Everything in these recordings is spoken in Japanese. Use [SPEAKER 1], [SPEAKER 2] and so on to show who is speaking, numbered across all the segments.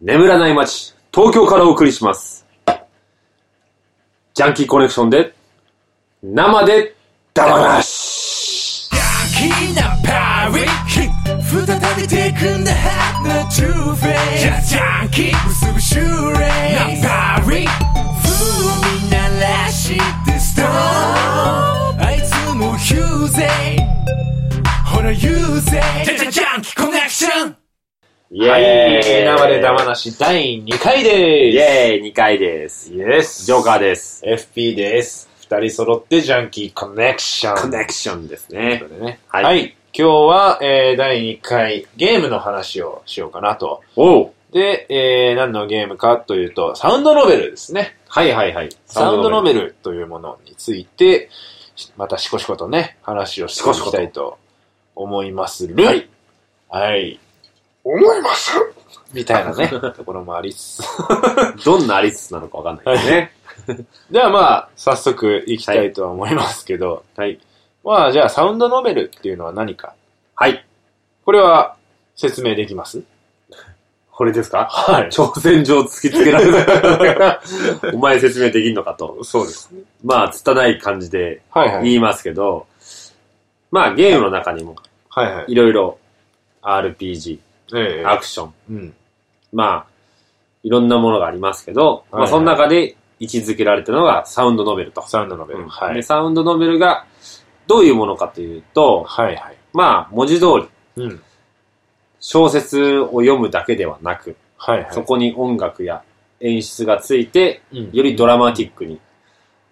[SPEAKER 1] 眠らない街、東京からお送りします。ジャンキーコネクションで、生で、ダバラシ
[SPEAKER 2] きなパリ再びテイクンダハッのトゥーフェイジャジャンキー結ぶシューレイなパリ風味ならしてストーンあいつもヒューゼほらユーゼジャジャジャンキーコネクション
[SPEAKER 1] イェーイ
[SPEAKER 3] 生でダマなし第2回で
[SPEAKER 1] イ
[SPEAKER 3] す。
[SPEAKER 1] ェーイ !2 回です。
[SPEAKER 3] イエス
[SPEAKER 1] ジョーカーです。
[SPEAKER 3] FP です。二人揃ってジャンキーコネクション。
[SPEAKER 1] コネクションです
[SPEAKER 3] と
[SPEAKER 1] ね
[SPEAKER 3] いう。ことでね
[SPEAKER 1] は
[SPEAKER 3] はいい。今日は、えー、第2回ゲームの話をしようかなと。
[SPEAKER 1] おう
[SPEAKER 3] で、えー、何のゲームかというと、サウンドノベルですね。
[SPEAKER 1] はいはいはい。
[SPEAKER 3] サウンドノ
[SPEAKER 1] ル。
[SPEAKER 3] ベルというものについて、しまたしこしことね、話をしていきたいと思いまする。はい。思いますみたいなね、ところもありつつ。
[SPEAKER 1] どんなありつつなのかわかんないですね。
[SPEAKER 3] ではまあ、早速行きたいとは思いますけど、
[SPEAKER 1] はい。
[SPEAKER 3] まあじゃあサウンドノベルっていうのは何か。
[SPEAKER 1] はい。
[SPEAKER 3] これは説明できます
[SPEAKER 1] これですか
[SPEAKER 3] はい。
[SPEAKER 1] 挑戦状突きつけら れた。お前説明できんのかと。
[SPEAKER 3] そうですね。
[SPEAKER 1] まあ、拙い感じで
[SPEAKER 3] はいはい。
[SPEAKER 1] 言いますけど、まあ、ゲームの中にも
[SPEAKER 3] はいはい。
[SPEAKER 1] いろいろ RPG、
[SPEAKER 3] ええ
[SPEAKER 1] アクション、
[SPEAKER 3] うん。
[SPEAKER 1] まあ、いろんなものがありますけど、ま
[SPEAKER 3] はい
[SPEAKER 1] あ、
[SPEAKER 3] はい
[SPEAKER 1] その中で位置づけられてるのがサウンドノベルと。
[SPEAKER 3] サウンドノベル。は
[SPEAKER 1] で
[SPEAKER 3] い。
[SPEAKER 1] サウンドノベルがどういうものかというと、
[SPEAKER 3] はいはい。
[SPEAKER 1] まあ、文字通り
[SPEAKER 3] うん。
[SPEAKER 1] 小説を読むだけではなく、
[SPEAKER 3] はいはい。
[SPEAKER 1] そこに音楽や演出がついて、
[SPEAKER 3] うん
[SPEAKER 1] よりドラマティックに、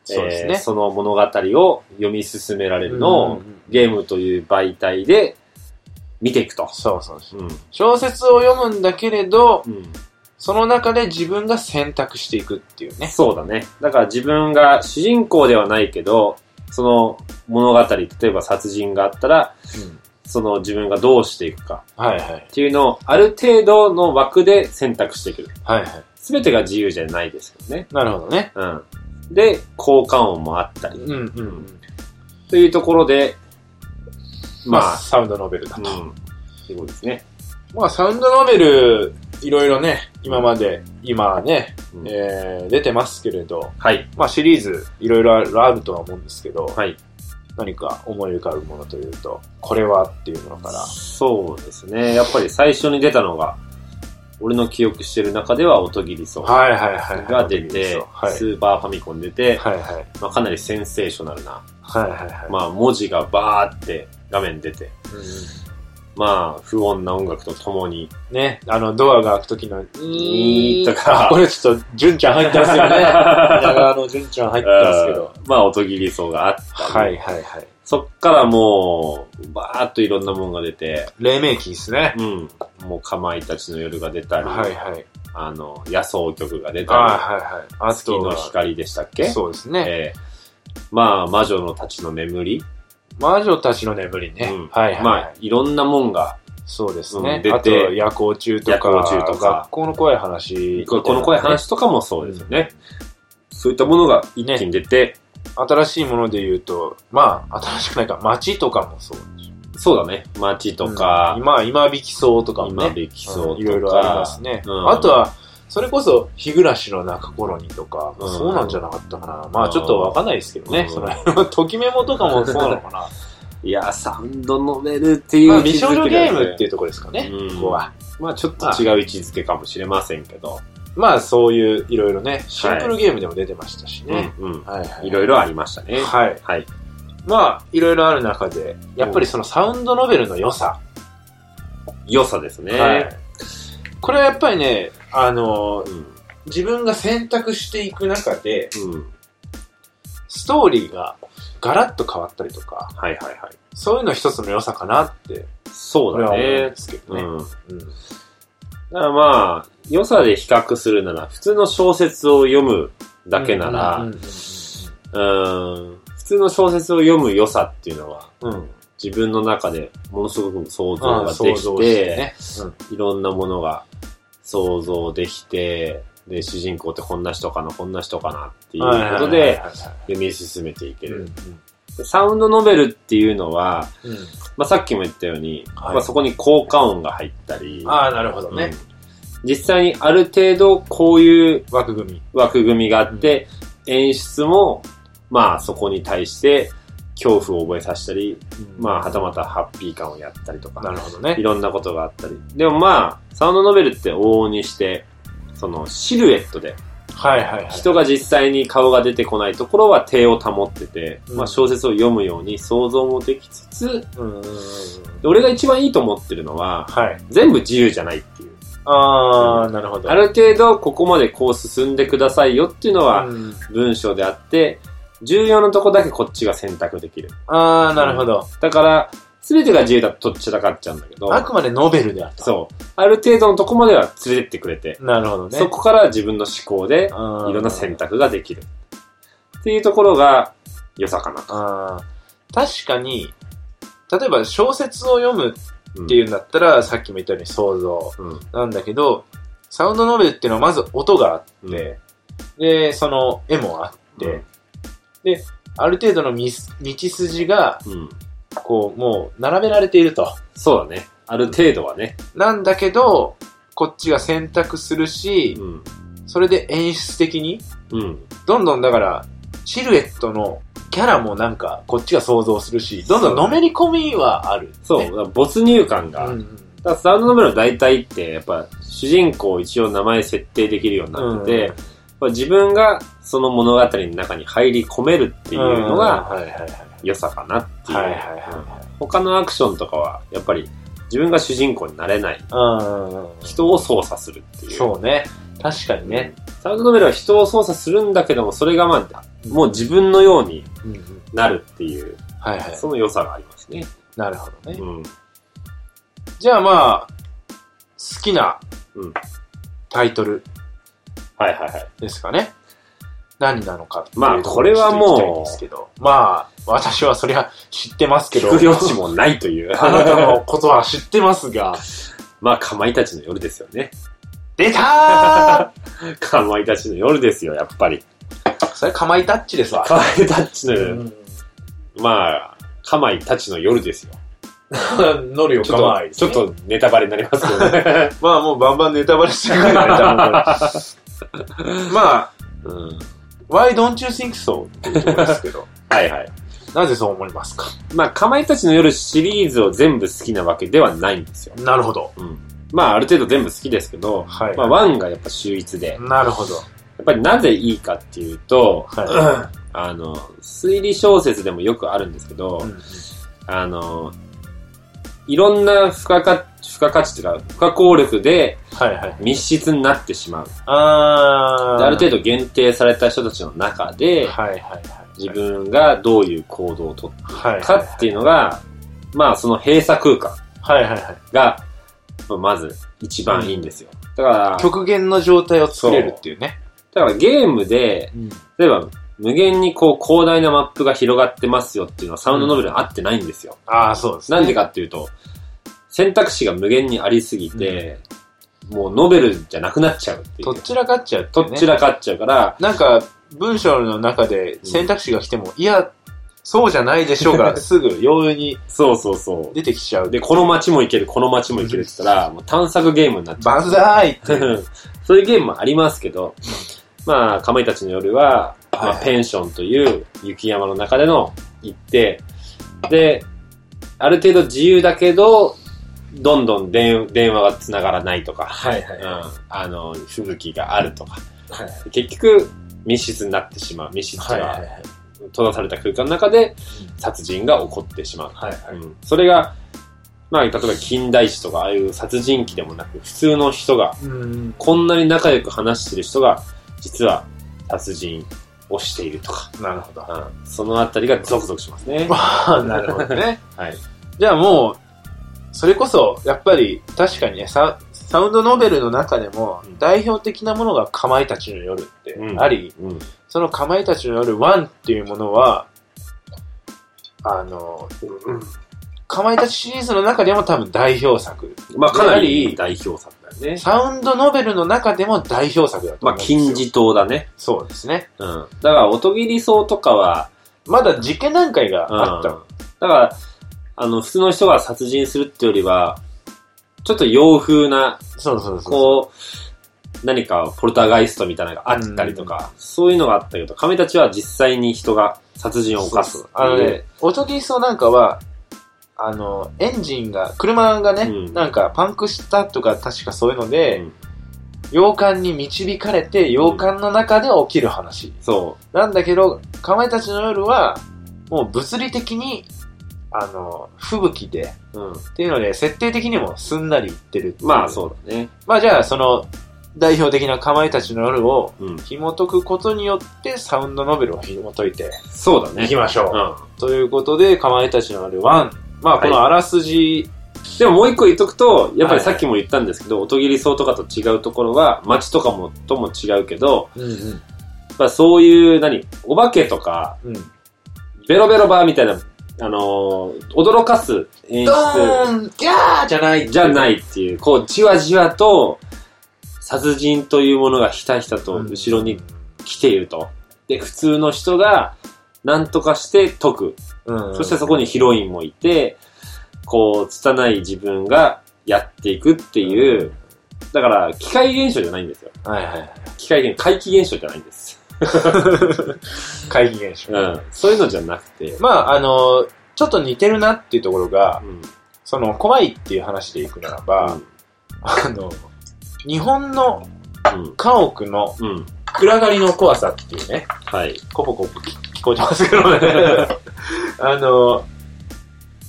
[SPEAKER 3] そうです
[SPEAKER 1] え
[SPEAKER 3] ね
[SPEAKER 1] ー。その物語を読み進められるの
[SPEAKER 3] うん
[SPEAKER 1] を
[SPEAKER 3] うんうん
[SPEAKER 1] ゲームという媒体で見ていくと。
[SPEAKER 3] そうそうそう。
[SPEAKER 1] うん。
[SPEAKER 3] 小説を読むんだけれど、
[SPEAKER 1] うん。
[SPEAKER 3] その中で自分が選択していくっていうね。
[SPEAKER 1] そうだね。だから自分が主人公ではないけど、その物語、例えば殺人があったら、その自分がどうしていくか
[SPEAKER 3] はいはい。
[SPEAKER 1] っていうのをある程度の枠で選択してくる。
[SPEAKER 3] はいは
[SPEAKER 1] すべてが自由じゃないですけどね。
[SPEAKER 3] い。なるほどね。
[SPEAKER 1] うん。で、効果音もあったり
[SPEAKER 3] う。んうんうん。
[SPEAKER 1] というところで、
[SPEAKER 3] ま
[SPEAKER 1] ま
[SPEAKER 3] あ、
[SPEAKER 1] あ、
[SPEAKER 3] サウンドノベルだ
[SPEAKER 1] う
[SPEAKER 3] と。
[SPEAKER 1] ん。ってことですね。
[SPEAKER 3] まあ、サウンドノベル、いろいろね、今まで、今はね、
[SPEAKER 1] うん
[SPEAKER 3] えー、出てますけれど、
[SPEAKER 1] はい。
[SPEAKER 3] まあ、シリーズ、いろいろあるあるとは思うんですけど、
[SPEAKER 1] はい。
[SPEAKER 3] 何か思い浮かぶものというと、これはっていうのから、
[SPEAKER 1] そうですね。やっぱり最初に出たのが、俺の記憶してる中では音切りそう。
[SPEAKER 3] はいはいはいはい。
[SPEAKER 1] が出て、
[SPEAKER 3] はい。
[SPEAKER 1] スーパーファミコン出て、
[SPEAKER 3] はいはい。
[SPEAKER 1] まあ、かなりセンセーショナルな、
[SPEAKER 3] はいはいはい。
[SPEAKER 1] まあ、文字がバーって画面出て、
[SPEAKER 3] うんうん
[SPEAKER 1] まあ、不穏な音楽とともに、
[SPEAKER 3] ね、あの、ドアが開くときの、
[SPEAKER 1] ーとか
[SPEAKER 3] これちょっと、純ちゃん入ってますよ ね。長川の純ちゃん入ってますけど。
[SPEAKER 1] まあ、音切りそうがあった
[SPEAKER 3] は
[SPEAKER 1] り、
[SPEAKER 3] いはいはい。
[SPEAKER 1] そっからもう、バーっといろんなものが出て、
[SPEAKER 3] 黎明期ですね。
[SPEAKER 1] うん、もう、かまいたちの夜が出たり、
[SPEAKER 3] はいはい。
[SPEAKER 1] あの、野草曲が出
[SPEAKER 3] あはい
[SPEAKER 1] た
[SPEAKER 3] はい。
[SPEAKER 1] り、
[SPEAKER 3] あ
[SPEAKER 1] 月の光でしたっけ
[SPEAKER 3] そうですね。
[SPEAKER 1] ええまあ、魔女のたちの眠り、
[SPEAKER 3] 魔女たちの眠りね
[SPEAKER 1] うん。
[SPEAKER 3] はいはい
[SPEAKER 1] ま
[SPEAKER 3] は
[SPEAKER 1] あ
[SPEAKER 3] い。、
[SPEAKER 1] いろんなもんが、
[SPEAKER 3] そうです
[SPEAKER 1] う
[SPEAKER 3] ね
[SPEAKER 1] ん出て。
[SPEAKER 3] あと、夜行中とか、
[SPEAKER 1] 夜行中とか
[SPEAKER 3] 学校の怖い話。
[SPEAKER 1] ここの怖い話とかもそうですよね。そういったものが一気に出て、
[SPEAKER 3] 新しいもので言うと、まあ、新しくないか、街とかもそうでしょ
[SPEAKER 1] そうだね。街とか
[SPEAKER 3] うん、今、今引きそうとかも
[SPEAKER 1] 今
[SPEAKER 3] ね。
[SPEAKER 1] できそうとか、
[SPEAKER 3] いろいろありますね。
[SPEAKER 1] うん
[SPEAKER 3] あとは、それこそ、日暮らしの中頃にとか、
[SPEAKER 1] うん
[SPEAKER 3] そうなんじゃなかったかな。まあちょっとわかんないですけどね。
[SPEAKER 1] うん
[SPEAKER 3] その辺はときメモとかもそうなのかな。
[SPEAKER 1] いや、サウンドノベルっていう
[SPEAKER 3] まあ、
[SPEAKER 1] 位置
[SPEAKER 3] 美少
[SPEAKER 1] づ
[SPEAKER 3] 女
[SPEAKER 1] け
[SPEAKER 3] ゲ
[SPEAKER 1] だね
[SPEAKER 3] ームっていうところですかね。
[SPEAKER 1] うん
[SPEAKER 3] ここは。
[SPEAKER 1] まあちょっと違う位置づけかもしれませんけど、
[SPEAKER 3] まあそういう、いろいろね、シンプルゲームでも出てましたしね。
[SPEAKER 1] うんうん。
[SPEAKER 3] はいはい。
[SPEAKER 1] いろいろありましたね。
[SPEAKER 3] はい。
[SPEAKER 1] はい。
[SPEAKER 3] まあ、いろいろある中で、やっぱりそのサウンドノベルの良さ。
[SPEAKER 1] 良さですね。
[SPEAKER 3] はいこれはやっぱりね、あの
[SPEAKER 1] う、ん。
[SPEAKER 3] 自分が選択していく中で、
[SPEAKER 1] うん。
[SPEAKER 3] ストーリーがガラッと変わったりとか、
[SPEAKER 1] はいはいはい。
[SPEAKER 3] そういうの一つの良さかなって、
[SPEAKER 1] そう
[SPEAKER 3] 俺は
[SPEAKER 1] だ
[SPEAKER 3] 思うん
[SPEAKER 1] ね
[SPEAKER 3] で。すけど
[SPEAKER 1] う
[SPEAKER 3] ね。
[SPEAKER 1] ん。
[SPEAKER 3] うん
[SPEAKER 1] だからまあ、良さで比較するなら、普通の小説を読むだけなら、
[SPEAKER 3] うんうん
[SPEAKER 1] うん普通の小説を読む良さっていうのは、
[SPEAKER 3] うんうん
[SPEAKER 1] 自分の中でものすごく想像
[SPEAKER 3] あ
[SPEAKER 1] がで
[SPEAKER 3] あ
[SPEAKER 1] き
[SPEAKER 3] 想
[SPEAKER 1] て、
[SPEAKER 3] 像してね。
[SPEAKER 1] いろんなものが想像できて、で、主人公ってこんな人かな、こんな人かなっていうこと
[SPEAKER 3] はいはい
[SPEAKER 1] で
[SPEAKER 3] はいはい
[SPEAKER 1] 読み進めていけ
[SPEAKER 3] うんう
[SPEAKER 1] る。
[SPEAKER 3] ん
[SPEAKER 1] でサウンドノベルっていうのは、
[SPEAKER 3] うん
[SPEAKER 1] まあ、さっきも言ったように、
[SPEAKER 3] はい
[SPEAKER 1] まあ、そこに効果音が入ったり、
[SPEAKER 3] ああ、なるほど
[SPEAKER 1] うん
[SPEAKER 3] ね。
[SPEAKER 1] 実際にある程度こういう
[SPEAKER 3] 枠組み。
[SPEAKER 1] 枠組みがあって、演出も、まあそこに対して恐怖を覚えさせたり、まあはたまたハッピー感をやったりと
[SPEAKER 3] な
[SPEAKER 1] か、
[SPEAKER 3] るほど
[SPEAKER 1] い
[SPEAKER 3] ね。
[SPEAKER 1] ろんなことがあったり。でもまあ、サウンドノベルって往々にして、そのシルエットで、
[SPEAKER 3] はいはいはい。
[SPEAKER 1] 人が実際に顔が出てこないところは手を保ってて、
[SPEAKER 3] うん
[SPEAKER 1] まあ小説を読むように想像もできつつ、
[SPEAKER 3] うんうんうんうん。
[SPEAKER 1] で俺が一番いいと思ってるのは、
[SPEAKER 3] はい。
[SPEAKER 1] 全部自由じゃないっていう。
[SPEAKER 3] あー、なるほど。
[SPEAKER 1] ある程度ここまでこう進んでくださいよっていうのは
[SPEAKER 3] うん
[SPEAKER 1] 文章であって、重要なとこだけこっちが選択できる。
[SPEAKER 3] あー、なるほど。
[SPEAKER 1] だから、すべてが自由だととっちらかっちゃうんだけど、
[SPEAKER 3] あくまでノベルであった。
[SPEAKER 1] そう。ある程度のとこまでは連れてってくれて、
[SPEAKER 3] なるほどね。
[SPEAKER 1] そこから自分の思考でい
[SPEAKER 3] あー
[SPEAKER 1] ろんな選択ができる。っていうところが良さかなと。
[SPEAKER 3] あー確かに、例えば小説を読む
[SPEAKER 1] っ
[SPEAKER 3] っていうんだったら、さっきも言ったように想像
[SPEAKER 1] うん。うん。
[SPEAKER 3] なんだけど、サウンドノベルっていうのはまず音があっ
[SPEAKER 1] う
[SPEAKER 3] て、で、その絵もあって、
[SPEAKER 1] で、
[SPEAKER 3] ある程度のみす道筋が、
[SPEAKER 1] うん。
[SPEAKER 3] こう、もう並べられていると。
[SPEAKER 1] そうだね。ある程度はね。
[SPEAKER 3] なんだけど、こっちが選択するし
[SPEAKER 1] う、ん。
[SPEAKER 3] それで演出的に、
[SPEAKER 1] うん。
[SPEAKER 3] どんどんだから、シルエットのキャラもなんか、こっちが想像するし、どんどんのめり込みはある、
[SPEAKER 1] そう。だ
[SPEAKER 3] ね。
[SPEAKER 1] から没入感が、
[SPEAKER 3] うん
[SPEAKER 1] だからサウンドノベルの大体って、やっぱ主人公を一応名前設定できるようになってて、
[SPEAKER 3] うん
[SPEAKER 1] やっぱ自分がその物語の中に入り込めるっていうのが
[SPEAKER 3] はいはいはい。
[SPEAKER 1] 良さかなっていう。
[SPEAKER 3] はいはいは
[SPEAKER 1] 他のアクションとかは、やっぱり自分が主人公になれない。
[SPEAKER 3] いはい。うん。
[SPEAKER 1] 人を操作するっていう。
[SPEAKER 3] そうね。確かにね。
[SPEAKER 1] サウンドノベルは人を操作するんだけども、それがまあ、もう自分のように
[SPEAKER 3] うん。
[SPEAKER 1] なるっていう、
[SPEAKER 3] はいはい。
[SPEAKER 1] その良さがありますね。
[SPEAKER 3] なるほどね
[SPEAKER 1] う。ん。
[SPEAKER 3] じゃあまあ、好きな
[SPEAKER 1] うん
[SPEAKER 3] タイトル
[SPEAKER 1] はいはいはい。
[SPEAKER 3] ですかね。何なのかっていう
[SPEAKER 1] まあ
[SPEAKER 3] と
[SPEAKER 1] これはもう
[SPEAKER 3] ちょっと聞きたいんですけどまあ、私はそりゃ知ってますけ
[SPEAKER 1] 聞
[SPEAKER 3] ど。
[SPEAKER 1] く余地もないという。
[SPEAKER 3] あなたのことは知ってますが。
[SPEAKER 1] まあ、かまいたちの夜ですよね。
[SPEAKER 3] 出た
[SPEAKER 1] かまいたちの夜ですよ、やっぱり。
[SPEAKER 3] ーそれかまいたっちですわ。
[SPEAKER 1] かまいたちの
[SPEAKER 3] う
[SPEAKER 1] 夜、
[SPEAKER 3] ん。
[SPEAKER 1] まあ、かまいたちの夜ですよ。
[SPEAKER 3] 乗るよ、
[SPEAKER 1] ち
[SPEAKER 3] かま
[SPEAKER 1] ょっ
[SPEAKER 3] い
[SPEAKER 1] と、。ちょっとネタバレになりますけどね。
[SPEAKER 3] まあもうバンバンネタバレしてく れないまあ、
[SPEAKER 1] うん。
[SPEAKER 3] Why don't you think so? っていうところですけど。
[SPEAKER 1] はいはい。
[SPEAKER 3] なぜそう思いますか
[SPEAKER 1] まあ、かまいたちの夜シリーズを全部好きなわけではないんですよ。
[SPEAKER 3] なるほど。
[SPEAKER 1] うん。まあ、ある程度全部好きですけど、
[SPEAKER 3] はい
[SPEAKER 1] まあ、ワンがやっぱ秀逸で、や
[SPEAKER 3] なるほど。
[SPEAKER 1] っぱりなぜいいかっていうと、
[SPEAKER 3] は
[SPEAKER 1] あの、推理小説でもよくあるんですけ ど、
[SPEAKER 3] うん
[SPEAKER 1] あの、いろんな付加価付加価値というか、不可抗力で
[SPEAKER 3] はいはい。
[SPEAKER 1] 密室になってしまう。
[SPEAKER 3] あ
[SPEAKER 1] で
[SPEAKER 3] ー。
[SPEAKER 1] ある程度限定された人たちの中で、
[SPEAKER 3] はいはいはい。
[SPEAKER 1] 自分がどういう行動をとる
[SPEAKER 3] はい
[SPEAKER 1] かっていうのが、まあその閉鎖空間
[SPEAKER 3] はいはいはい。
[SPEAKER 1] が、まあまず一番いいんですよ。だから、
[SPEAKER 3] 極限の状態を作れるっていうね。
[SPEAKER 1] だからゲームで、例えば無限にこう広大なマップが広がってますよっていうのはサウンドノベルに合ってないんですよ。
[SPEAKER 3] ああ、そうですね。
[SPEAKER 1] なんでかっていうと、選択肢が無限にありすぎて、もうノベルじゃなくなっちゃうってい
[SPEAKER 3] と
[SPEAKER 1] う
[SPEAKER 3] っ。ちらかっちゃうって
[SPEAKER 1] と
[SPEAKER 3] いう
[SPEAKER 1] っ
[SPEAKER 3] ね
[SPEAKER 1] ちらかっちゃうから、
[SPEAKER 3] なんか、文章の中で選択肢が来ても、いや、そうじゃないでしょう が、すぐ容易に
[SPEAKER 1] そうそうそう。
[SPEAKER 3] 出てきちゃう。
[SPEAKER 1] で、この街も行ける、この街も行けるって言ったら、もう探索ゲームになっちゃ
[SPEAKER 3] バンザーイって。
[SPEAKER 1] う。 そういうゲームもありますけど、まあ、かまいたちの夜は、まあ、
[SPEAKER 3] はい
[SPEAKER 1] ペンションという雪山の中での行って、で、ある程度自由だけど、どんどん電電話が繋がらないとか、
[SPEAKER 3] はいは
[SPEAKER 1] う
[SPEAKER 3] い
[SPEAKER 1] ん、あの、吹雪があるとか、
[SPEAKER 3] はい
[SPEAKER 1] 結局、密室になってしまう。密室
[SPEAKER 3] はいは
[SPEAKER 1] が
[SPEAKER 3] い。
[SPEAKER 1] 閉ざされた空間の中で殺人が起こってしまう。
[SPEAKER 3] はいは
[SPEAKER 1] うんそれが、まあ、例えば近代史とか、ああいう殺人鬼でもなく、普通の人が、
[SPEAKER 3] い。うん。
[SPEAKER 1] こんなに仲良く話してる人が、実は殺人をしているとか、
[SPEAKER 3] なるほど。
[SPEAKER 1] うんそのあたりがゾクゾクしますね。
[SPEAKER 3] まあ、なるほどね。
[SPEAKER 1] はい。
[SPEAKER 3] じゃあもう、それこそ、やっぱり、確かにね、ササウンドノベルの中でも
[SPEAKER 1] うん、
[SPEAKER 3] 代表的なものがかまいたちの夜って
[SPEAKER 1] うん
[SPEAKER 3] あり、
[SPEAKER 1] うん。
[SPEAKER 3] そのかまいたちの夜1っていうものは、あの、かまいたちシリーズの中でも多分代表作。
[SPEAKER 1] まあ、かな
[SPEAKER 3] やは
[SPEAKER 1] り
[SPEAKER 3] り
[SPEAKER 1] 代表作だよね。
[SPEAKER 3] サウンドノベルの中でも代表作だと
[SPEAKER 1] ま
[SPEAKER 3] 思う
[SPEAKER 1] あ、
[SPEAKER 3] んですよ。
[SPEAKER 1] 金字塔だね。
[SPEAKER 3] そうですね。
[SPEAKER 1] うん。だから、音切り層とかは、
[SPEAKER 3] まだ実験段階が
[SPEAKER 1] うん
[SPEAKER 3] あったの。
[SPEAKER 1] だから、あの、普通の人が殺人するってよりは、ちょっと洋風な、
[SPEAKER 3] そうそうそう。
[SPEAKER 1] こう、何かポルターガイストみたいなのがあったりとか、そういうのがあったけど、亀たちは実際に人が殺人を犯す。
[SPEAKER 3] あのね、オトディソなんかは、あの、エンジンが、車がね、
[SPEAKER 1] うん
[SPEAKER 3] なんかパンクしたとか確かそういうの
[SPEAKER 1] う
[SPEAKER 3] で、
[SPEAKER 1] ん
[SPEAKER 3] 洋館に導かれて、洋館の中で起きる話。
[SPEAKER 1] そ
[SPEAKER 3] なんだけど、かまいたちの夜は、もう物理的に、あの、吹雪で、
[SPEAKER 1] う。うん。
[SPEAKER 3] っていうので、設定的にもすんなりいってるってい
[SPEAKER 1] まあそうだね。
[SPEAKER 3] まあじゃあ、その、代表的なかまいたちの夜を、
[SPEAKER 1] うん。
[SPEAKER 3] 紐解くことによって、サウンドノベルを紐解いて
[SPEAKER 1] そうだ
[SPEAKER 3] い
[SPEAKER 1] ね
[SPEAKER 3] き。ましょう。
[SPEAKER 1] うん。
[SPEAKER 3] ということで、かまいたちの夜1。まあ、このあらすじ、
[SPEAKER 1] でももう一個言っとくと、やっぱりさっきも言ったんですけど、音切り層とかと違うところは、街とかも、とも違うけど、
[SPEAKER 3] うんうん。
[SPEAKER 1] まあそういう、何、お化けとか、
[SPEAKER 3] うん。
[SPEAKER 1] ベロベロバーみたいな、あのー驚かす演
[SPEAKER 3] ドー
[SPEAKER 1] 出
[SPEAKER 3] ンギャーじゃない。
[SPEAKER 1] じゃないいっていう、こう、じわじわと、殺人というものがひたひたと後ろに来ていると。で、普通の人が、何とかして解く。
[SPEAKER 3] うん。
[SPEAKER 1] そしてそこにヒロインもいて、こう、拙い自分がやっていくっていう、だから、機械現象じゃないんですよ。
[SPEAKER 3] はいはいはい。
[SPEAKER 1] 機械現、怪奇現象じゃないんです。
[SPEAKER 3] 怪奇現象。
[SPEAKER 1] うん。そういうのじゃなくて、
[SPEAKER 3] まあ、あの、ちょっと似てるなっていうところが、
[SPEAKER 1] うん。
[SPEAKER 3] その、怖いっていう話でいくならば、あの、日本の
[SPEAKER 1] うん。
[SPEAKER 3] 家屋の
[SPEAKER 1] うん。うん。
[SPEAKER 3] 暗がりの怖さっていうね、
[SPEAKER 1] はい。
[SPEAKER 3] コポコポ聞聞こえてますけどね。あの、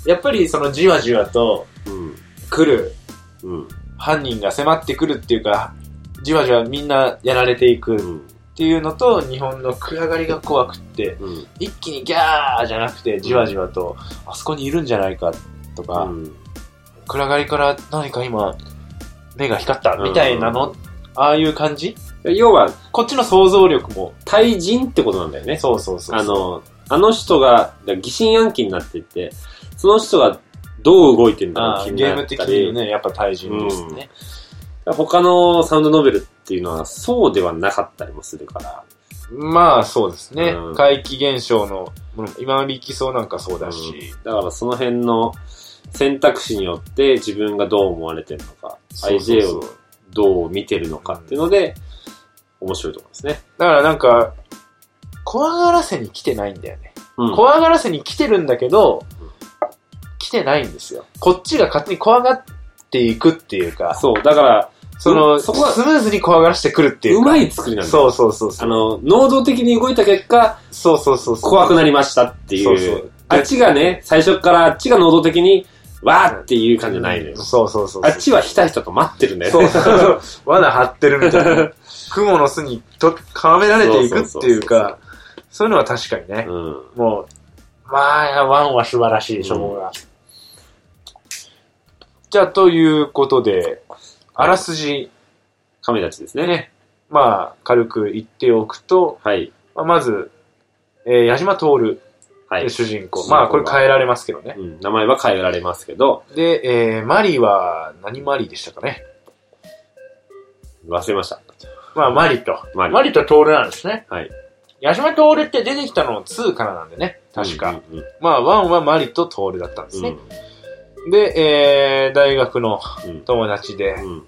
[SPEAKER 3] やっぱりそのじわじわと
[SPEAKER 1] うん。
[SPEAKER 3] 来る、
[SPEAKER 1] うん。
[SPEAKER 3] 犯人が迫ってくるっていうか、じわじわみんなやられていくっ
[SPEAKER 1] うん。
[SPEAKER 3] ていうのと、日本の暗がりが怖くって、
[SPEAKER 1] うん。
[SPEAKER 3] 一気にギャーじゃなくて、じわじわと、あそこにいるんじゃないかとか、
[SPEAKER 1] うん
[SPEAKER 3] 暗がりから何か今、目が光ったみたいなの、ああいう感じ
[SPEAKER 1] 要は、
[SPEAKER 3] こっちの想像力も、
[SPEAKER 1] 対人ってことなんだよね。
[SPEAKER 3] そうそうそうそう。
[SPEAKER 1] あ、の、あの人が、だから疑心暗鬼になっていて、その人がどう動いてるの
[SPEAKER 3] あ
[SPEAKER 1] か
[SPEAKER 3] あ
[SPEAKER 1] 気に
[SPEAKER 3] ゲー
[SPEAKER 1] な
[SPEAKER 3] ム
[SPEAKER 1] っ
[SPEAKER 3] 的
[SPEAKER 1] たり
[SPEAKER 3] に、ね、やっぱ対人ですね。
[SPEAKER 1] 他のサウンドノベルっていうのはそうではなかったりもするから。
[SPEAKER 3] まあそうですね。
[SPEAKER 1] うん
[SPEAKER 3] 怪奇現象の、もの今の力走なんかそうだし、
[SPEAKER 1] うんだからその辺の選択肢によって自分がどう思われてるのか、
[SPEAKER 3] そうそう
[SPEAKER 1] IJ
[SPEAKER 3] そう
[SPEAKER 1] をどう見てるのかっていうので、面白いところですね。
[SPEAKER 3] だからなんか、怖がらせに来てないんだよね。
[SPEAKER 1] うん
[SPEAKER 3] 怖がらせに来てるんだけど
[SPEAKER 1] うん、
[SPEAKER 3] 来てないんですよ。こっちが勝手に怖がっていくっていうか、
[SPEAKER 1] そう、だから、
[SPEAKER 3] その、
[SPEAKER 1] うんそこは
[SPEAKER 3] スムーズに怖がらせてくるっていう
[SPEAKER 1] う
[SPEAKER 3] か。
[SPEAKER 1] まい作りなんだよ。
[SPEAKER 3] そうそうそうそ
[SPEAKER 1] あ
[SPEAKER 3] う。
[SPEAKER 1] の、能動的に動いた結果、
[SPEAKER 3] そうそうそうそう。
[SPEAKER 1] 怖く
[SPEAKER 3] っ
[SPEAKER 1] なりましたって
[SPEAKER 3] て
[SPEAKER 1] いう。あっちがね、最初からあっちが能動的に、わーっていう感じじゃないのよ。
[SPEAKER 3] そうそうそうそう。
[SPEAKER 1] あっちはひたひたと待ってるんだよ
[SPEAKER 3] そう
[SPEAKER 1] ね。
[SPEAKER 3] そうそう。罠張ってるみたい な。雲の巣にと絡められていくっていうか、そういうのは確かにね。
[SPEAKER 1] うん。
[SPEAKER 3] もう、まあ、ワンは素晴らしい、そこが。じゃあ、ということで、あらすじ、
[SPEAKER 1] 亀たちですね。
[SPEAKER 3] ね、まあ、軽く言っておくと、
[SPEAKER 1] はい。
[SPEAKER 3] まあまず、えー矢島徹、
[SPEAKER 1] はい。
[SPEAKER 3] 主
[SPEAKER 1] 主
[SPEAKER 3] 人
[SPEAKER 1] 人
[SPEAKER 3] 公。
[SPEAKER 1] 公が
[SPEAKER 3] まあ、これ変えられますけどね。
[SPEAKER 1] うん、名前は変えられますけど、
[SPEAKER 3] で、えーマリーは、何マリーでしたかね。
[SPEAKER 1] 忘れました。
[SPEAKER 3] まあ、マリと。
[SPEAKER 1] マリ
[SPEAKER 3] マリと徹なんですね。
[SPEAKER 1] はい。
[SPEAKER 3] 矢島徹って出てきたの2からなんでね。確か。
[SPEAKER 1] うん。うん
[SPEAKER 3] まあ、1はマリと徹だったんです
[SPEAKER 1] うん
[SPEAKER 3] ね。で、えー大学の
[SPEAKER 1] うん
[SPEAKER 3] 友達で、
[SPEAKER 1] うん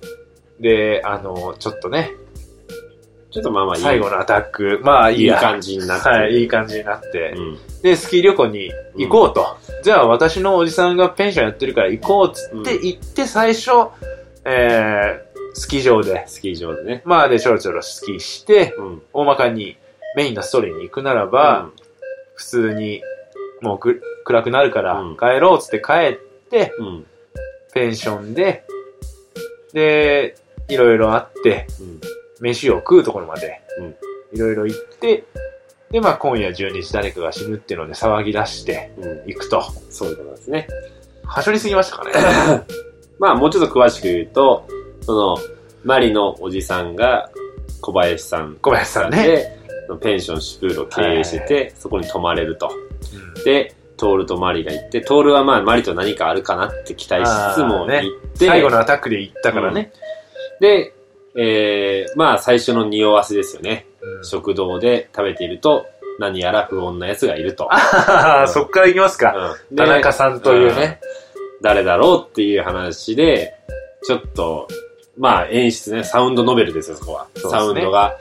[SPEAKER 3] で、あの、ちょっとね、
[SPEAKER 1] ちょっとまあまあいい。
[SPEAKER 3] 最後のアタック、まあいい
[SPEAKER 1] いい
[SPEAKER 3] や
[SPEAKER 1] 感じになって。
[SPEAKER 3] はい、いい感じになって、
[SPEAKER 1] うん。
[SPEAKER 3] で、スキー旅行に行こうと。じゃあ私のおじさんがペンションやってるから行こうっつって
[SPEAKER 1] うん
[SPEAKER 3] 行って最初、えー、スキー場で、
[SPEAKER 1] スキー場でね。
[SPEAKER 3] まあでちょろちょろスキーして、
[SPEAKER 1] うん。
[SPEAKER 3] 大まかにメインのストーリーに行くならば、普通にもうく暗くなるから
[SPEAKER 1] うん
[SPEAKER 3] 帰ろうっつって帰って、
[SPEAKER 1] うん、うん。
[SPEAKER 3] ペンションで、で、いろいろあって、
[SPEAKER 1] うん。
[SPEAKER 3] 飯を食うところまで
[SPEAKER 1] うん、
[SPEAKER 3] いろいろ行って、で、まあ今夜12時誰かが死ぬっていうので騒ぎ出して
[SPEAKER 1] うん。
[SPEAKER 3] いくと。
[SPEAKER 1] そういうことですね。
[SPEAKER 3] はしょりすぎましたかね。
[SPEAKER 1] まあもうちょっと詳しく言うと、その、マリのおじさんが小林さん
[SPEAKER 3] 小林さんね。
[SPEAKER 1] で、そのペンションシュプールを経営してて、そこに泊まれると。
[SPEAKER 3] うん
[SPEAKER 1] で、トールとマリが行って、トールはまあマリと何かあるかなって期待しつつも
[SPEAKER 3] あーね
[SPEAKER 1] 行って、
[SPEAKER 3] 最後のアタックで行ったからね。
[SPEAKER 1] で、えー、まあ最初の匂わせですよね。
[SPEAKER 3] うん
[SPEAKER 1] 食堂で食べていると、何やら不穏な奴がいると。
[SPEAKER 3] あーそっから行きますか。
[SPEAKER 1] うんで
[SPEAKER 3] 田中さんというね。
[SPEAKER 1] 誰だろうっていう話で、ちょっと、まあ演出ね、サウンドノベルですよ、そこは。
[SPEAKER 3] そうですね
[SPEAKER 1] サウンドが、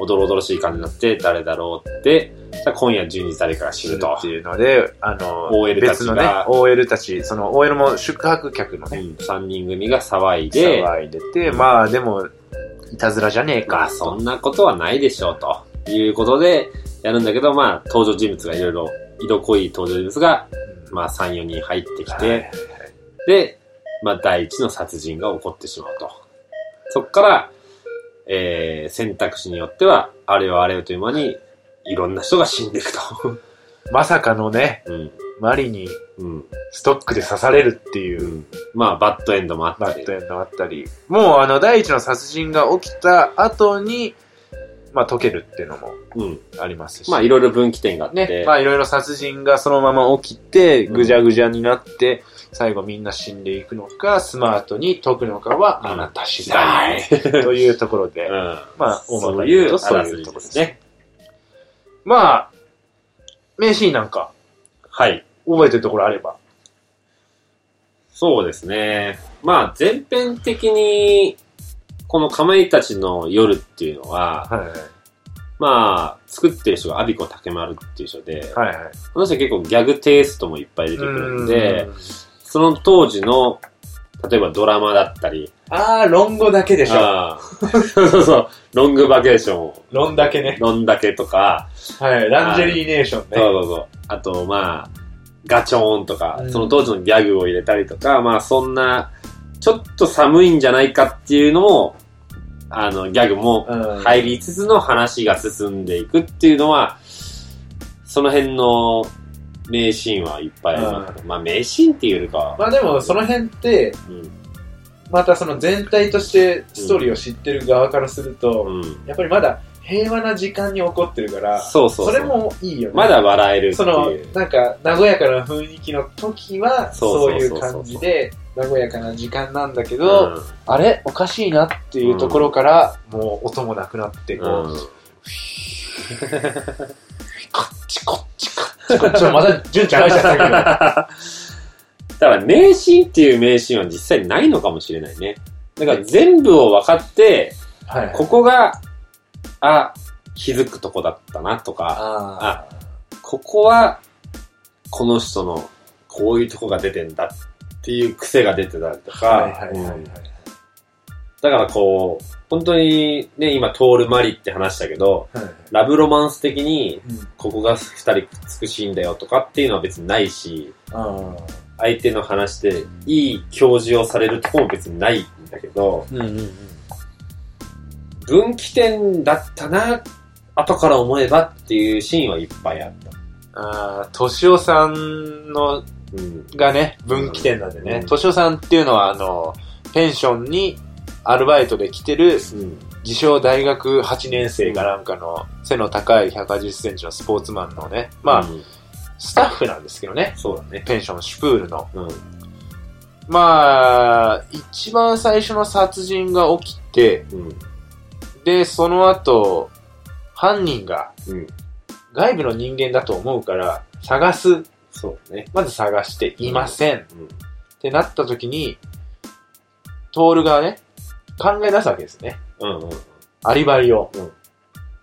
[SPEAKER 1] おどろおどろしい感じになって、誰だろうって、さあ今夜12時誰かが死ぬと
[SPEAKER 3] っ。ていうので、あの、
[SPEAKER 1] OL たち
[SPEAKER 3] 別のね
[SPEAKER 1] が、
[SPEAKER 3] OL たち、その OL も宿泊客の
[SPEAKER 1] う
[SPEAKER 3] ね、
[SPEAKER 1] ん、3人組が騒いで、
[SPEAKER 3] 騒いでて、まあでも、いたずらじゃねえ
[SPEAKER 1] ま
[SPEAKER 3] か
[SPEAKER 1] あ、そんなことはないでしょう、ということで、やるんだけど、まあ、登場人物がいろいろ、色濃い登場人物が、まあ、3、4人入ってきて、
[SPEAKER 3] はい
[SPEAKER 1] で、まあ、第一の殺人が起こってしまうと。そっから、えー、選択肢によっては、あれはあれよという間に、いろんな人が死んでいくと。
[SPEAKER 3] まさかのね、
[SPEAKER 1] うん。
[SPEAKER 3] マリに
[SPEAKER 1] うん。
[SPEAKER 3] ストックで刺されるっていうう、
[SPEAKER 1] ん。まあ、バッドエンドもあっ
[SPEAKER 3] バ
[SPEAKER 1] た
[SPEAKER 3] ッ
[SPEAKER 1] り
[SPEAKER 3] ド。エンドあったり、もうあの、第一の殺人が起きた後に、まあ解けるっていうのも
[SPEAKER 1] うん。
[SPEAKER 3] ありますし。
[SPEAKER 1] まあ、いろいろ分岐点があって。
[SPEAKER 3] ね、まあいろいろ殺人がそのまま起きて、ぐじゃぐじゃになって、最後みんな死んでいくのか、スマートに解くのかはあなた次第というところ で、
[SPEAKER 1] うん。
[SPEAKER 3] まあ大
[SPEAKER 1] そ
[SPEAKER 3] まか
[SPEAKER 1] う
[SPEAKER 3] に
[SPEAKER 1] い
[SPEAKER 3] 言
[SPEAKER 1] う、
[SPEAKER 3] うとそう
[SPEAKER 1] 争
[SPEAKER 3] いう
[SPEAKER 1] いで
[SPEAKER 3] ところですすね。
[SPEAKER 1] ね。
[SPEAKER 3] まあ、名シーンなんか
[SPEAKER 1] はい。
[SPEAKER 3] 覚えてるところあれば。
[SPEAKER 1] そうですね。まあ、全編的に、このかまいたちの夜っていうのは、
[SPEAKER 3] はいはい。
[SPEAKER 1] まあ、作ってる人がアビコ竹丸っていう人で、
[SPEAKER 3] はいはい。
[SPEAKER 1] この人結構ギャグテイストもいっぱい出てくるんで
[SPEAKER 3] う、ん、
[SPEAKER 1] その当時の、例えばドラマだったり、
[SPEAKER 3] あー、論語だけでしょ。
[SPEAKER 1] あーそうそうそう、ロングバケーション、
[SPEAKER 3] 論だけね。
[SPEAKER 1] ロンだけとか、
[SPEAKER 3] はい。ランジェリーネーション
[SPEAKER 1] そう
[SPEAKER 3] ね。
[SPEAKER 1] そうそう、あとまあ、ガチョーンとか
[SPEAKER 3] う、ん
[SPEAKER 1] その当時のギャグを入れたりとか、まあそんな、ちょっと寒いんじゃないかっていうのも、あの、ギャグも
[SPEAKER 3] うん
[SPEAKER 1] 入りつつの話が進んでいくっていうのは、その辺の名シーンはいっぱいありますけど、まあ名シーンっていうよりかは、
[SPEAKER 3] まあでもその辺って、
[SPEAKER 1] うん、
[SPEAKER 3] またその全体としてストーリーを知ってる側からすると、
[SPEAKER 1] うん、
[SPEAKER 3] やっぱりまだ平和な時間に起こってるから、
[SPEAKER 1] そうそうそう
[SPEAKER 3] れもいいよね。
[SPEAKER 1] まだ笑えるって
[SPEAKER 3] その
[SPEAKER 1] いう。、
[SPEAKER 3] なんか、和やかな雰囲気の時は、
[SPEAKER 1] そ
[SPEAKER 3] そうう
[SPEAKER 1] そうそ
[SPEAKER 3] いう
[SPEAKER 1] そううそう
[SPEAKER 3] 感じで、和やかな時間なんだけ
[SPEAKER 1] う
[SPEAKER 3] ど、あれおかしいなっていうところから、もう音もなくなって、こう、
[SPEAKER 1] んうん
[SPEAKER 3] こっちこっちこっちこっち、ちょまた純ちゃん話しちゃったけど。
[SPEAKER 1] だから名シーンっていう名シーンは実際ないのかもしれないね。だから全部を分かって、
[SPEAKER 3] はい。
[SPEAKER 1] ここが、あ、気づくとこだったなとか、
[SPEAKER 3] あー
[SPEAKER 1] ここは、この人のこういうとこが出てんだっていう癖が出てたりとか、
[SPEAKER 3] はいはいはいは
[SPEAKER 1] う
[SPEAKER 3] い
[SPEAKER 1] んだからこう、本当にね、今、トールマリって話したけど、
[SPEAKER 3] はい。
[SPEAKER 1] ラブロマンス的に、
[SPEAKER 3] うん
[SPEAKER 1] ここが二人くっつくシーンだよとかっていうのは別にないし、
[SPEAKER 3] あー
[SPEAKER 1] 相手の話でいい教授をされるとこも別にないんだけど、
[SPEAKER 3] うんうんうん
[SPEAKER 1] 分岐点だったな、後から思えばっていうシーンはいっぱいあった。
[SPEAKER 3] あー、としおさんの
[SPEAKER 1] うん。
[SPEAKER 3] がね、分岐点なんで
[SPEAKER 1] う
[SPEAKER 3] ね
[SPEAKER 1] ん。
[SPEAKER 3] としおさんっていうのは、あの、ペンションにアルバイトで来て
[SPEAKER 1] う
[SPEAKER 3] る、
[SPEAKER 1] ん。
[SPEAKER 3] 自称大学8年生かなんかの背の高い180センチのスポーツマンのね、まあ、
[SPEAKER 1] うん、
[SPEAKER 3] スタッフなんですけどね。
[SPEAKER 1] そうだね。
[SPEAKER 3] ペンション、シュプールの。
[SPEAKER 1] うん。
[SPEAKER 3] まあ、一番最初の殺人が起きて、
[SPEAKER 1] うん。
[SPEAKER 3] で、その後、犯人が
[SPEAKER 1] うん。
[SPEAKER 3] 外部の人間だと思うから、探す。
[SPEAKER 1] そうだね。
[SPEAKER 3] まず探して、いません。
[SPEAKER 1] うん。
[SPEAKER 3] ってなった時に、トールがね、考え出すわけですね。
[SPEAKER 1] うんうん。
[SPEAKER 3] アリバイを。
[SPEAKER 1] うん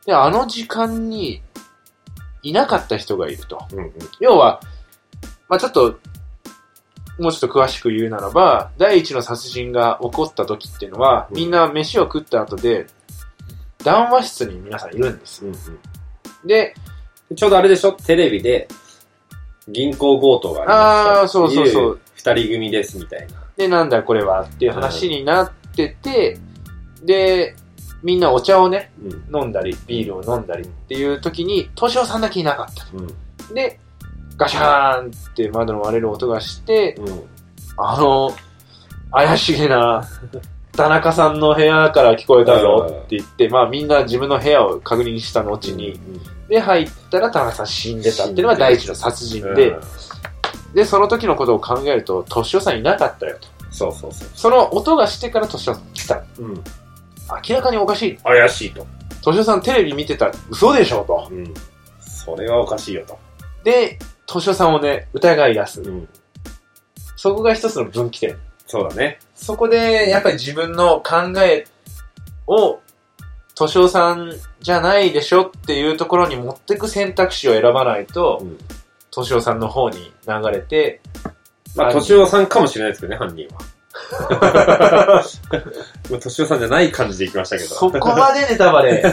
[SPEAKER 3] で、あの時間に、いなかった人がいると。
[SPEAKER 1] うんうん。
[SPEAKER 3] 要は、まあちょっと、もうちょっと詳しく言うならば、第一の殺人が起こった時っていうのは、
[SPEAKER 1] うん
[SPEAKER 3] みんな飯を食った後で、談話室に皆さんいるんです。
[SPEAKER 1] うん
[SPEAKER 3] で、
[SPEAKER 1] うん。ちょうどあれでしょテレビで、銀行強盗がありました。
[SPEAKER 3] ああー、そうそうそう。。
[SPEAKER 1] 二人組ですみたいな。
[SPEAKER 3] で、なんだこれはっていう話になってて、で、みんなお茶をね、
[SPEAKER 1] うん。
[SPEAKER 3] 飲んだり、ビールを飲んだりっていう時に、敏夫さんだけいなかった。
[SPEAKER 1] うん。
[SPEAKER 3] で、ガシャーンって窓の割れる音がして、
[SPEAKER 1] うん。
[SPEAKER 3] あの、怪しげな、田中さんの部屋から聞こえたぞって言って、まあみんな自分の部屋を確認した後に、で入ったら田中さん死んでたっていうのが第一の殺
[SPEAKER 1] う
[SPEAKER 3] 人
[SPEAKER 1] ん、
[SPEAKER 3] で
[SPEAKER 1] う、ん
[SPEAKER 3] で、その時のことを考えると、敏夫さんいなかったよと。
[SPEAKER 1] そうそうそ
[SPEAKER 3] その音がしてから敏夫さん来た。
[SPEAKER 1] う。うん。
[SPEAKER 3] 明らかにおかしい。
[SPEAKER 1] 怪しいと。
[SPEAKER 3] 敏夫さんテレビ見てたら嘘でしょと。
[SPEAKER 1] うん。それはおかしいよと。
[SPEAKER 3] で、敏夫さんをね、疑い出す。
[SPEAKER 1] うん。
[SPEAKER 3] そこが一つの分岐点。
[SPEAKER 1] そうだね。
[SPEAKER 3] そこで、やっぱり自分の考えを、敏夫さんじゃないでしょっていうところに持ってく選択肢を選ばないと
[SPEAKER 1] う、ん。
[SPEAKER 3] 敏夫さんの方に流れて、
[SPEAKER 1] まあ、
[SPEAKER 3] はい
[SPEAKER 1] 敏夫さんかもしれないですけどね、犯人は。もう敏夫さんじゃない感じでいきましたけど。
[SPEAKER 3] そこまでネタバレ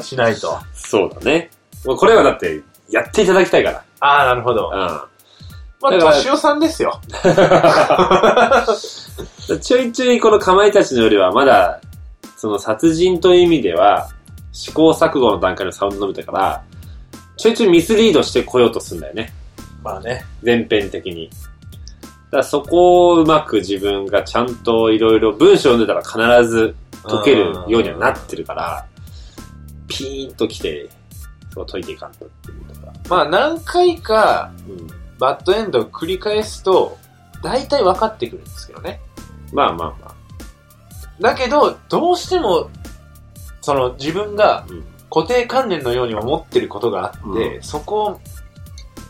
[SPEAKER 3] しないと。あ
[SPEAKER 1] そうだね。もうこれはだって、やっていただきたいか
[SPEAKER 3] あ、なるほど。
[SPEAKER 1] ら。
[SPEAKER 3] まあ、
[SPEAKER 1] だから
[SPEAKER 3] 敏夫さんですよ。
[SPEAKER 1] うん。ちょいちょいこのかまいたちのよりは、まだ、その殺人という意味では、試行錯誤の段階のサウンド伸びたから、ちょいちょいミスリードしてこようとするんだよね。
[SPEAKER 3] まあね。
[SPEAKER 1] 全編的に。だからそこをうまく自分がちゃんといろいろ文章を読んでたら必ず解けるようにはなってるから、ピーンと来て、そう解いていかんとっていうのが。
[SPEAKER 3] まあ、何回か、
[SPEAKER 1] うん。
[SPEAKER 3] バッドエンドを繰り返すと、大体分かってくるんですけどね。
[SPEAKER 1] まあまあま
[SPEAKER 3] だけど、どうしても、その自分が
[SPEAKER 1] うん
[SPEAKER 3] 固定観念のように思ってることがあって、
[SPEAKER 1] う
[SPEAKER 3] そこを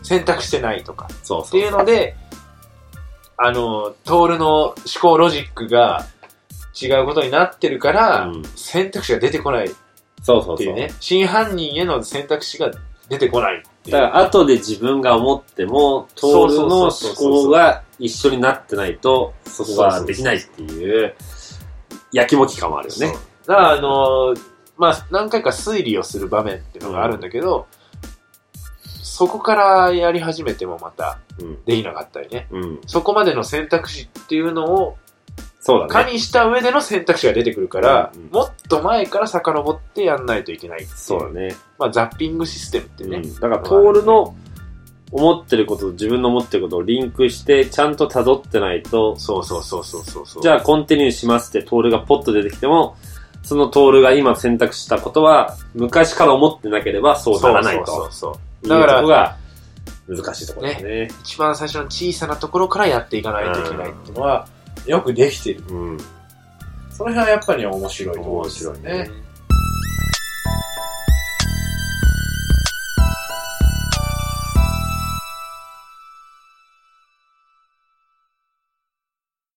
[SPEAKER 3] 選択してないとか
[SPEAKER 1] あ。そう
[SPEAKER 3] っ
[SPEAKER 1] そ
[SPEAKER 3] て
[SPEAKER 1] う。
[SPEAKER 3] いうので、あの、トールの思考ロジックが違うことになってるから、
[SPEAKER 1] うん
[SPEAKER 3] 選択肢が出てこないっ
[SPEAKER 1] そうそう
[SPEAKER 3] てい
[SPEAKER 1] そうう。
[SPEAKER 3] ね真犯人への選択肢が出てこないってい
[SPEAKER 1] だか
[SPEAKER 3] う。
[SPEAKER 1] ら後で自分が思っても、トールの思考が一緒になってないと、そこができないっていう、やきもき感もあるよね。
[SPEAKER 3] だから、あの、まあ、何回か推理をする場面っていうのがあるんだけど、そこからやり始めてもまた、
[SPEAKER 1] うん。
[SPEAKER 3] できなかったりね。
[SPEAKER 1] うん。
[SPEAKER 3] そこまでの選択肢っていうのを
[SPEAKER 1] そうだ
[SPEAKER 3] 加
[SPEAKER 1] ね。
[SPEAKER 3] 味した上での選択肢が出てくるから、
[SPEAKER 1] うんうん
[SPEAKER 3] もっと前から遡ってやんないといけないっていう
[SPEAKER 1] そうだね。
[SPEAKER 3] まあ、ザッピングシステムってね。
[SPEAKER 1] うん、だから、トールの思ってることと自分の思ってることをリンクして、ちゃんと辿ってないと、
[SPEAKER 3] そうそうそうそうそうそう。
[SPEAKER 1] じゃあコンティニューしますってトールがポッと出てきても、そのトールが今選択したことは、昔から思ってなければそうならない
[SPEAKER 3] そうそ
[SPEAKER 1] と
[SPEAKER 3] う。そうそう。
[SPEAKER 1] だ
[SPEAKER 3] だ
[SPEAKER 1] か、
[SPEAKER 3] からら
[SPEAKER 1] とこが難しいところだね。
[SPEAKER 3] 一番最初の小さなところからやっていかないといけないっていうのは、よくできてる。
[SPEAKER 1] うん。
[SPEAKER 3] その辺はやっぱり面白いところ
[SPEAKER 1] 面
[SPEAKER 3] です
[SPEAKER 1] 白
[SPEAKER 3] よ
[SPEAKER 1] い
[SPEAKER 3] ね
[SPEAKER 1] ね。。